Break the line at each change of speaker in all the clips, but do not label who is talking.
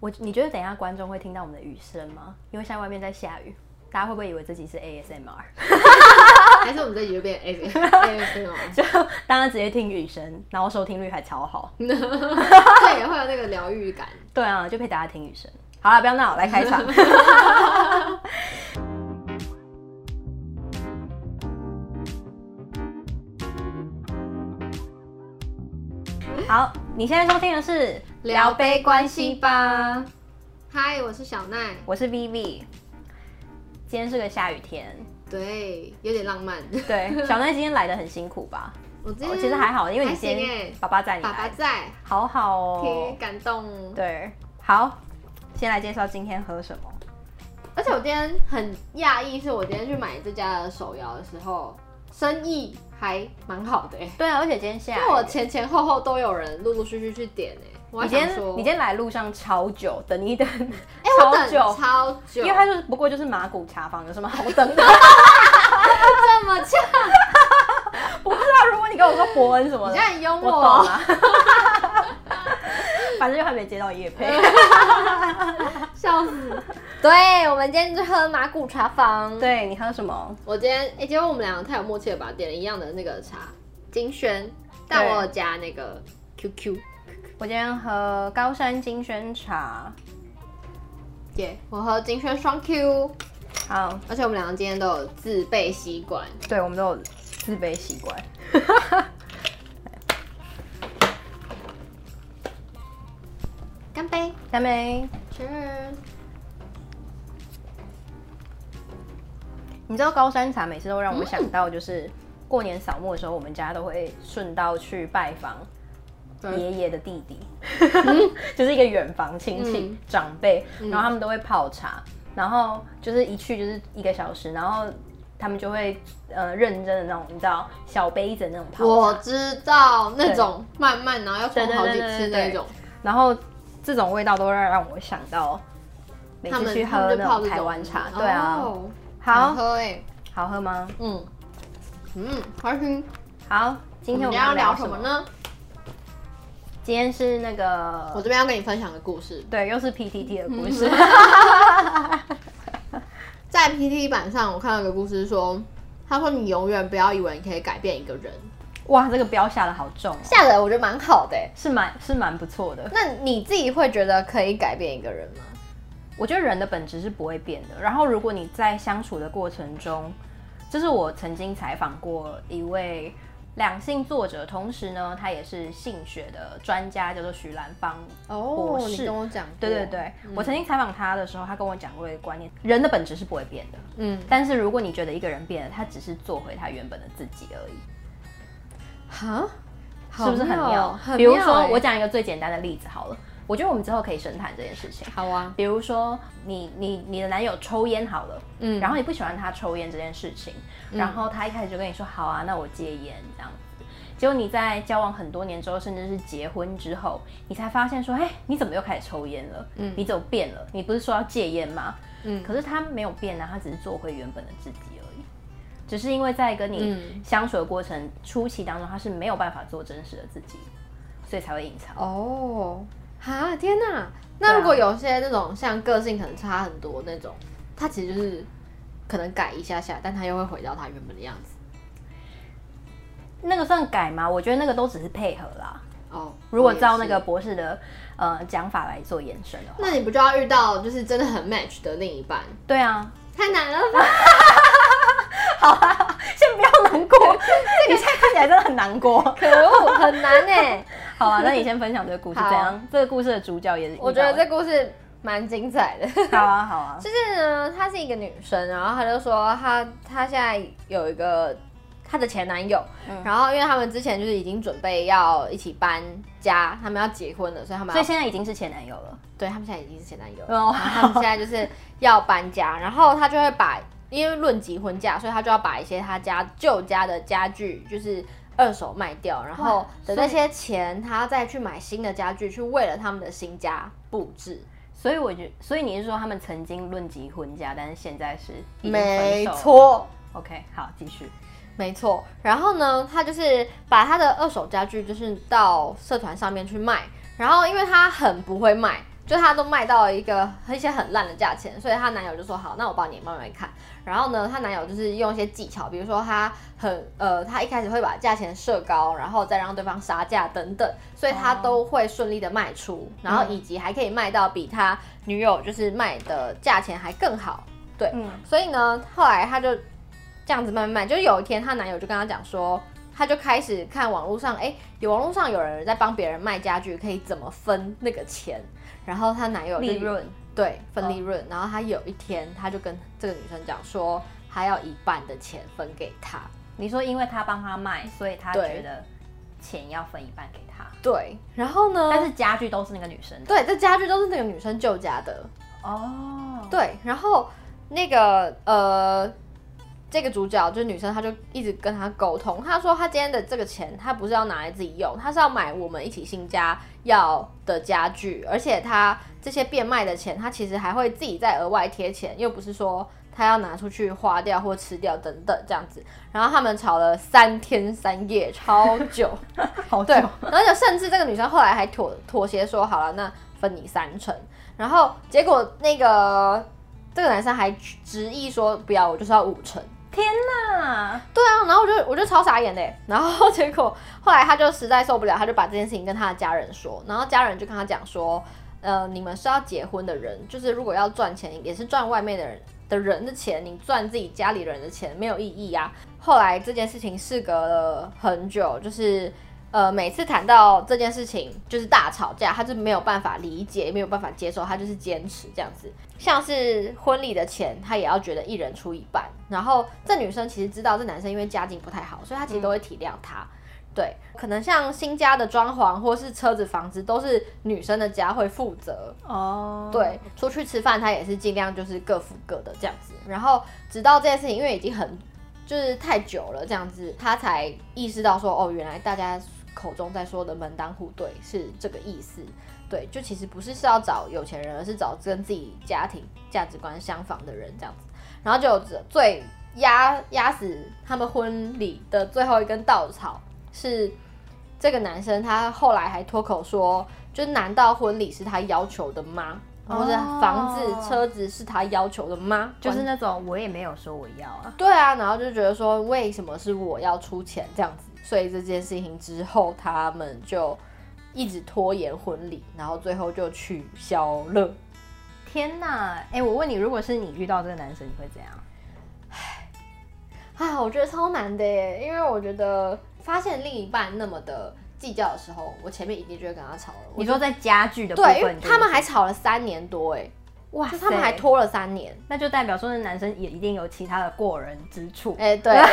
我你觉得等一下观众会听到我们的雨声吗？因为现在外面在下雨，大家会不会以为自己是 ASMR？
还是我们这集就变 A A 哦，
就大家直接听雨声，然后收听率还超好。
对，也会有那个疗愈感。
对啊，就陪大家听雨声。好了，不要闹，来开场。 好，你现在收听的是
聊杯关系吧。嗨，我是小奈，
我是 Vivi。今天是个下雨天，
对，有点浪漫。
对，小奈今天来的很辛苦吧？
我今
我
天
哦其实还好，因为你
还
今
行
天
欸
爸爸在你
爸爸
来，
在，
好好
挺
哦。
感动。
对，好，先来介绍今天喝什么。
而且我今天很讶异，是我今天去买这家的手摇的时候，生意还蛮好的、欸，
对啊，而且今天下
因为我前前后后都有人陆陆续续去点哎、我还
你今天
想说，
你今天来路上超久，等一等，
哎、我
超
等
久，
超久，
因为他就是不过就是马古茶坊有什么好等的？啊
这么呛，
我不知道，如果你跟我说伯恩什么
你
的
这，样幽
我
默
懂
哦，
啊。反正就还没接到叶配，
笑死。对，我们今天就喝马古茶坊。，
对你喝什么？
我今天哎、结果我们两个太有默契了吧，点了一样的那个茶，金萱，但我有加那个 QQ，
我今天喝高山金萱茶。
耶我喝金萱双 Q，
好，
而且我们两个今天都有自备吸管。
对我们都有自卑习惯。
干杯
下面，
！Cheers！
你知道高山茶每次都让
嗯
我想到，就是过年扫墓的时候，我们家都会顺道去拜访爷爷的弟 弟，就是一个远房亲戚、
嗯
长辈，然后他们都会泡茶，然后就是一去就是一个小时，然后他们就会呃认真的那种，你知道小杯子的那种泡
我
茶，
知道那种慢慢然后要冲好几
对对对
次
对
那
对
种，
然后这种味道都会让我想到每
他
次
们
去
他
喝
们就
那
泡
种
这
台
种
湾茶，对啊，
哦
好
喝哎，
好喝吗？
嗯嗯，开心。
好，今天我们
要
要
聊
聊
什
什
么
么？
呢？
今天是那
我
个
这边要跟你分享个故事，
对，又是 PTT 的故事，
在 PT 版上我看到一个故事说，他说你永远不要以为你可以改变一个人，
哇，这个标下的好重、哦，
下的我觉得蛮好的欸。
是蛮是蛮不错的。
那你自己会觉得可以改变一个人吗？
我觉得人的本质是不会变的。然后，如果你在相处的过程中，这是我曾经采访过一位两性作者，同时呢，他也是性学的专家，叫做徐兰芳。
哦
是
你跟我讲过，
对对对，我曾经采访他的时候，他跟我讲过一个观念：人的本质是不会变的。
嗯，
但是如果你觉得一个人变了，他只是做回他原本的自己而已，
哈，
是不是很妙？
欸
欸比如说，我讲一个最简单的例子好了，我觉得我们之后可以深谈这件事情。
好啊，
比如说你你你的男友抽烟好了，
嗯
然后你不喜欢他抽烟这件事情，然后他一开始就跟你说好啊，那我戒烟这样子。结果你在交往很多年之后，甚至是结婚之后，你才发现说，哎，你怎么又开始抽烟了？嗯，你怎么变了？你不是说要戒烟吗？
嗯
可是他没有变啊，他只是做回原本的自己而已。只是因为在跟你
嗯
相处的过程、初期当中，他是没有办法做真实的自己，所以才会隐藏。
哦，哈，天哪！那如果有些那种像个性可能差很多那种，他其实就是可能改一下下，但他又会回到他原本的样子。
那个算改吗？我觉得那个都只是配合啦。
哦，
如果
我也
照
是
那个，博士的呃讲法来做延伸的话，
那你不就要遇到就是真的很 match 的另一半？
对啊，
太难了吧？
先不要难 过， 你现在看起来真的很难过。
可恶，很难哎！
好啊，那你先分享这个故事
好
怎样？这个故事的主角也是遇到了，
我觉得这故事蛮精彩的。
好啊好啊，
就是呢，她是一个女生，然后她就说她她现在有一个她的前男友，
嗯
然后因为他们之前就是已经准备要一起搬家，他们要结婚了，所以他们
所
要
以现在已经是前男友了。
对他们现在已经是前男友了，
哦，
他们现在就是要搬家，然后她就会把因为论及婚嫁，所以她就要把一些她家旧家的家具就是。二手卖掉，然后
哇所
的那
以
些钱，她再去买新的家具，去为了他们的新家布置。
所以我觉得，所以你是说他们曾经论及婚嫁，但是现在是已经分
没
手了。
错，
OK，好，继续。
没错，然后呢，他就是把他的二手家具就是到社团上面去卖，然后因为他很不会卖，就她都卖到一个一些很烂的价钱，所以她男友就说好，那我帮你慢慢看。然后呢，她男友就是用一些技巧，比如说她很呃，她一开始会把价钱设高，然后再让对方杀价等等，所以她
哦
都会顺利的卖出，然后以及还可以卖到比她女友就是卖的价钱还更好。对，
嗯
所以呢，后来她就这样子慢慢卖，就有一天她男友就跟她讲说，她就开始看网络上，哎、有网络上有人在帮别人卖家具，可以怎么分那个钱，然后她男友就
利润，
对分
哦
利润，然后她有一天她就跟这个女生讲说，她要一半的钱分给她，
你说因为他帮他卖，所以他
对
觉得钱要分一半给他，
对，然后呢，
但是家具都是那个女生的
对这家具都是那个女生旧家的，
哦，
对，然后那个呃，这个主角就是女生，她就一直跟他沟通，她说她今天的这个钱，她不是要拿来自己用，她是要买我们一起新家要的家具，而且她这些变卖的钱，她其实还会自己再额外贴钱，又不是说她要拿出去花掉或吃掉等等这样子。然后他们吵了三天三夜，超久。
好
对， 然后就甚至这个女生后来还妥妥协说好了，那分你三成。然后结果那个这个男生还执意说不要，我就是要五成。
那
对啊，然后我就我就超傻眼的欸。然后结果后来他就实在受不了，他就把这件事情跟他的家人说，然后家人就跟他讲说，呃，你们是要结婚的人，就是如果要赚钱，也是赚外面的人的人的钱，你赚自己家里人的钱没有意义啊。后来这件事情事隔了很久，就是。呃，每次谈到这件事情就是大吵架，他就没有办法理解，也没有办法接受，他就是坚持这样子。像是婚礼的钱，他也要觉得一人出一半。然后这女生其实知道这男生因为家境不太好，所以她其实都会体谅他。对，可能像新家的装潢或是车子、房子，都是女生的家会负责。
哦，
对，出去吃饭，他也是尽量就是各付各的这样子。然后直到这件事情，因为已经很就是太久了这样子，他才意识到说，哦，原来大家口中在说的门当户对是这个意思。对，就其实不是是要找有钱人，而是找跟自己家庭价值观相仿的人这样子。然后就有最最压压死他们婚礼的最后一根稻草是这个男生，他后来还脱口说，就难道婚礼是他要求的吗？
哦
或者房子、车子是他要求的吗？
就是那种我也没有说我要啊，
对啊，然后就觉得说为什么是我要出钱这样子，所以这件事情之后他们就一直拖延婚礼，然后最后就取消了。
天哪，哎、我问你，如果是你遇到这个男生，你会怎样？
哎，我觉得超难的耶，因为我觉得发现另一半那么的计较的时候，我前面一定就会跟他吵了。我
你说在家具的部分，
对，因为
不
他们还吵了三年多哎，
哇
就
塞，
他们还拖了三年。
那就代表说，那男生也一定有其他的过人之处。
哎、对，有啊，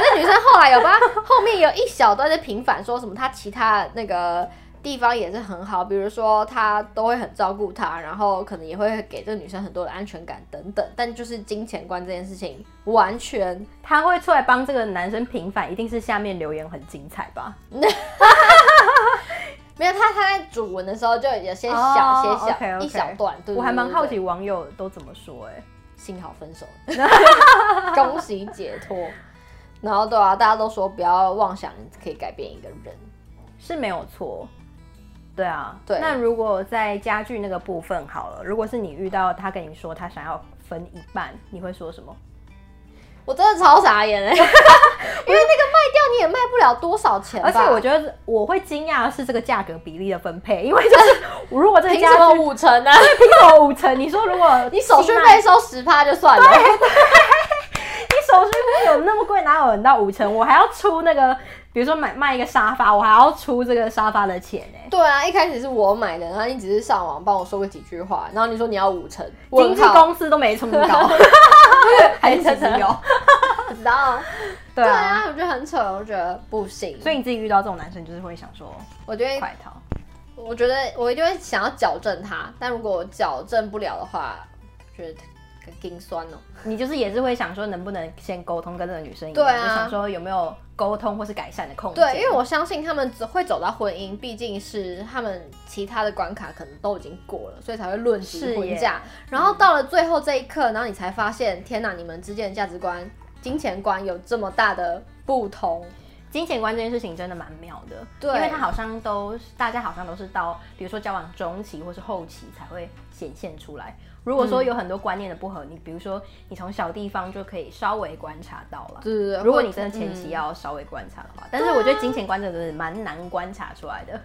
那女生后来有吧，后面有一小段在平反说什么，她其他那个地方也是很好，比如说她都会很照顾她，然后可能也会给这个女生很多的安全感等等，但就是金钱观这件事情完全
他会出来帮这个男生平反，一定是下面留言很精彩吧？
没有。她她在主文的时候就有些小、
哦
些小
OK，OK
一小段，对
我还蛮好，
对
奇
对
网友都怎么说、哎，
幸好分手 了，恭喜解脱。然后对啊，大家都说不要妄想可以改变一个人。
是没有错。对啊，
对
那如果在家具那个部分好了，如果是你遇到他跟你说他想要分一半，你会说什么？
我真的超 傻眼哎、因为那个卖掉你也卖不了多少钱吧，
而且我觉得我会惊讶的是这个价格比例的分配，因为就是 如果这个
凭
家
什么
具
五 成呢、
凭什么五成？你说如果
你手续
新买
费收十趴就算了，
你手续费有那么贵，哪有人到五成？我还要出那个，比如说买卖一个沙发，我还要出这个沙发的钱欸呢、
对啊，一开始是我买的，然后你只是上网帮我说个几句话，然后你说你要五成，
经纪
问号
公司都没这么 高，还是其实有？
不知道，
对
对
啊，
啊，我觉得很扯，我觉得不行，
所以你自己遇到这种男生，就是会想说
我觉得
快逃。
我觉得我一定会想要矫正他，但如果我矫正不了的话，我觉得很心酸哦、
你就是也是会想说，能不能先沟通跟这个女生一样，
对啊
就想说有没有沟通或是改善的空间。
对，因为我相信他们只会走到婚姻，毕竟是他们其他的关卡可能都已经过了，所以才会论及
是
婚
耶
嫁。然后到了最后这一刻，然后你才发现，天哪，你们之间的价值观、金钱观有这么大的不同。
金钱观这件事情真的蛮妙的，
对
因为它好像都大家好像都是到比如说交往中期或是后期才会显现出来。如果
嗯
说有很多观念的不合，你比如说你从小地方就可以稍微观察到了。
对对对，
如果
或
你真的前期
嗯
要稍微观察的话，但是我觉得金钱观真的是蛮难观察出来的。
嗯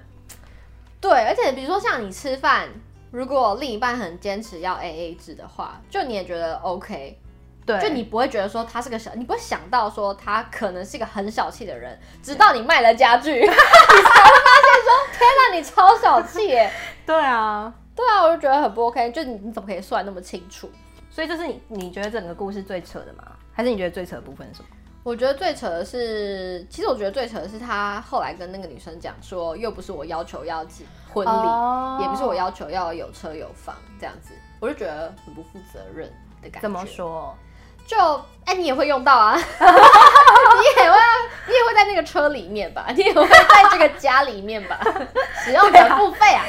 对，而且比如说像你吃饭，如果另一半很坚持要 A A 制的话，就你也觉得 O、k
对，
就你不会觉得说他是个小，你不会想到说他可能是一个很小气的人，直到你卖了家具， 你才会发现说天哪，你超小气耶！
对啊，
对啊，我就觉得很不 OK，就你你怎么可以算那么清楚？
所以这是你你觉得整个故事最扯的吗？还是你觉得最扯的部分是什么？
我觉得最扯的是，其实我觉得最扯的是他后来跟那个女生讲说，又不是我要求要结婚礼
哦
也不是我要求要有车有房这样子，我就觉得很不负责任的感觉。
怎么？说？
就哎、你也会用到啊，你也会，啊你也会在那个车里面吧，你也会在这个家里面吧，使用者付费啊。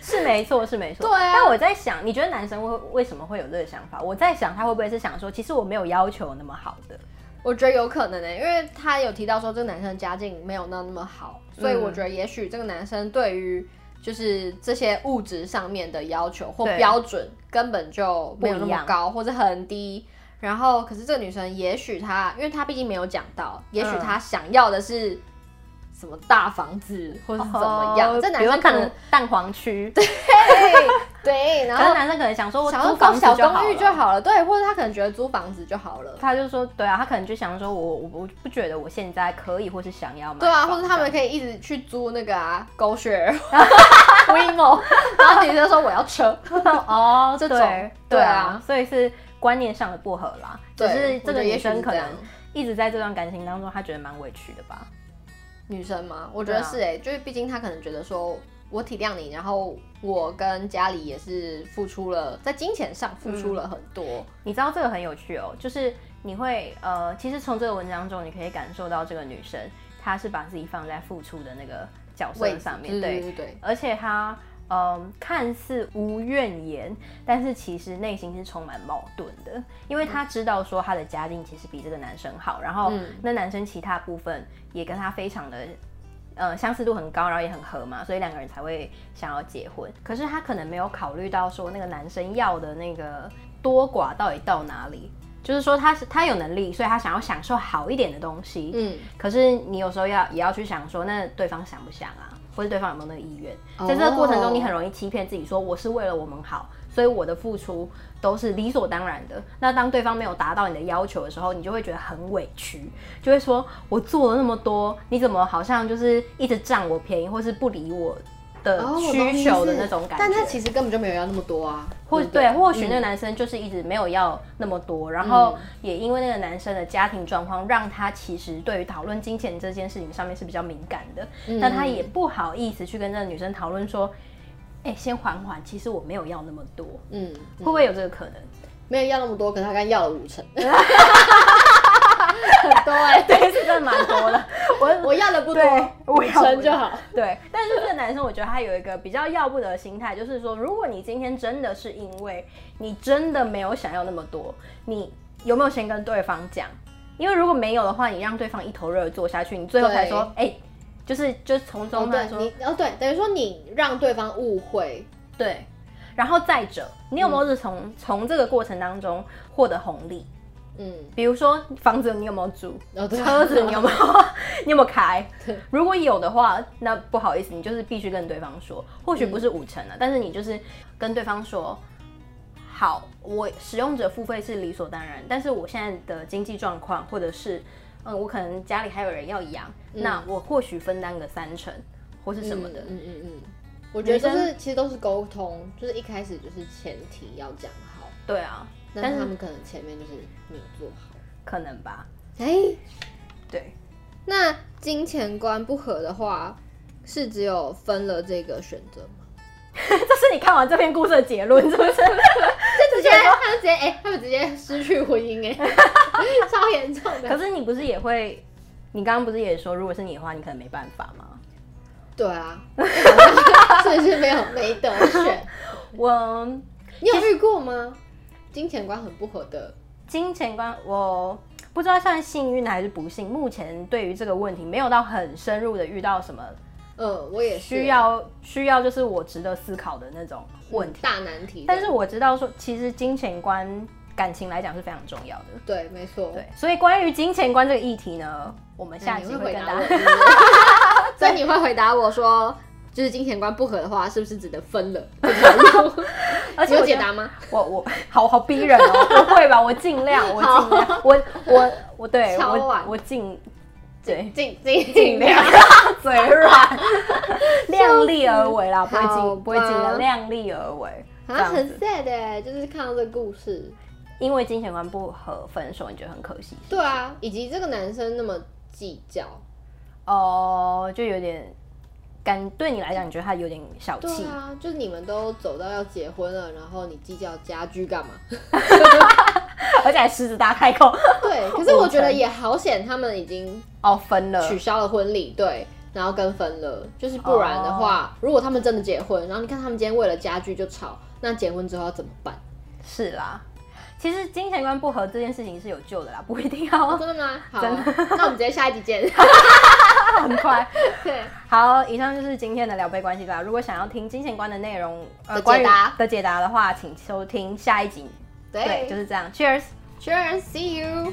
是没错，是没错。
对啊
但我在想，你觉得男生会为什么会有这个想法？我在想，他会不会是想说，其实我没有要求那么好的，
我觉得有可能呢、欸因为他有提到说这个男生的家境没有那那么好，所以
嗯
我觉得也许这个男生对于就是这些物质上面的要求或
对
标准根本就没有那
不一
么
样
高或者很低。然后，可是这个女生也许她，因为她毕竟没有讲到，也许
嗯
她想要的是什么大房子或是怎么样。
哦
这男
比如说
生可
可
能
能蛋黄区，对，
对，然
可是
后
男生可能想说，我
想要
租
搞
房子
小
就好
公寓就
了。
好了，对，或者他可能觉得租房子就好了。
他就说，对啊，他可能就想说我，我我不觉得我现在可以或是想要买房，
对啊，或者他们
这样
可以一直去租那个啊狗血 WeMo，然 后女生说我要车，
哦，
这
对
种对
对
啊
啊，所以是观念上的不合啦。只
对
是这个
我觉得也
女
许是
生可
这
能
样
一直在这段感情当中，她觉得蛮委屈的吧？
女生吗？我觉得
对啊
是哎、就是毕竟她可能觉得说我体谅你，然后我跟家里也是付出了在金钱上付出了很多，
你知道这个很有趣哦，就是你会呃，其实从这个文章中，你可以感受到这个女生她是把自己放在付出的那个角
位
色
置嗯
上面，
对
对，
对对对，
而且她嗯、看似无怨言，但是其实内心是充满矛盾的，因为她知道说她的家境其实比这个男生好，然后
嗯
那男生其他部分也跟她非常的。呃，相似度很高，然后也很合嘛，所以两个人才会想要结婚。可是她可能没有考虑到说那个男生要的那个多寡到底到哪里，就是说他是他有能力，所以他想要享受好一点的东西，
嗯，
可是你有时候要也要去想说，那对方想不想啊，或者对方有没有那个意愿？
哦
在这个过程中，你很容易欺骗自己，说我是为了我们好，所以我的付出都是理所当然的。那当对方没有达到你的要求的时候，你就会觉得很委屈，就会说我做了那么多，你怎么好像就是一直占我便宜，或是不理我的
哦我懂
呃需
意
求
思
的那种感觉？
但他其实根本就没有要那么多啊，
或
不
对，嗯或许那个男生就是一直没有要那么多，然后也因为那个男生的家庭状况，让他其实对于讨论金钱这件事情上面是比较敏感的，但他也不好意思去跟那个女生讨论说，哎、先缓缓，其实我没有要那么多，
嗯，
会不会有这个可能？
没有要那么多，可是他刚要了五成， 很多哎、
对，是真的蛮多的，我
我要的不 多
对，
五
我要
成
不
就
多
好。
对，但是这个男生我觉得他有一个比较要不得的心态，就是说，如果你今天真的是因为你真的没有想要那么多，你有没有先跟对方讲？因为如果没有的话，你让对方一头热做下去，你最后才说，哎、就是就是从
哦，
中来
对，
说，
你哦对，等于说你让对方误会，
对。然后再者，你有没有是从从、这个过程当中获得红利？
嗯，
比如说房子你有没有租？
哦对，
车子你有 没有你有没有开
对？
如果有的话，那不好意思，你就是必须跟对方说，或许
嗯
不是五成啊，但是你就是跟对方说，好，我使用者付费是理所当然，但是我现在的经济状况，或者是嗯，我可能家里还有人要养，那我或许分担个三成或是什么的，
嗯嗯嗯，我觉得就
女
是其实都是沟通，就是一开始就是前提要讲好，
对啊，
但
但
是
是
他们可能前面就是没有做好。
可能吧，
哎、
对，
那金钱观不合的话，是只有分了这个选择吗？
这是你看完这篇故事的结论是 不是？
就直接他们直接哎、他们直接失去婚姻哎、超严重的。
可是你不是也会，你刚刚不是也说，如果是你的话，你可能没办法吗？
对啊， 是不是没有没得选？
我
你有遇过吗？金钱观很不合的，
金钱观，我不不知道算幸运还是不幸，目前对于这个问题没有到很深入的遇到什么
呃，我也是
需要需要就是我值得思考的那种问题。
大难题的，
但是我知道说，其实金钱观感情来讲是非常重要的。
对，没错，
对，所以关于金钱观这个议题呢，我们
那
下
哎你
集
会
会
回
跟
答
大
我
家
是不是， 所以你会回答我说，就是金钱观不合的话，是不是只能分了这条路？
而
你
且
有
我觉
解
得
答吗？
我我好好逼人哦， 不会吧？我尽量，我尽量，我我我对
敲
我
碗
我尽对
尽尽
尽 量，
啊
嘴软，量力而为啦，不会
好
尽不会尽
吧
量，量力而为。这
啊，
样
很
子，
sad 哎，就是看到这个故事，
因为金钱观不合分手，你觉得很可惜？
对啊，以及这个男生那么计较，
哦，就有点感对你来讲，你觉得他有点小
对
气，
啊，就是你们都走到要结婚了，然后你计较家居 干嘛？
而且还狮子大开口，
对，可是我觉
五
得
成
也好险，他们已经
哦，分了，
取消了婚礼，对，然后跟分了。就是不然的话，
哦
如果他们真的结婚，然后你看他们今天为了家具就吵，那结婚之后要怎么办？
是啦。其实金钱观不合这件事情是有救的啦，不一定要
真的吗？好，
哦真的
那我们直接下一集 见。
很快。
对，
好，以上就是今天的聊杯关系吧。如果想要听金钱观的内容，呃
的解
关于
答
的解答的话，请收听下一集。对，就是这样。Cheers。
哎 Cheers，see you。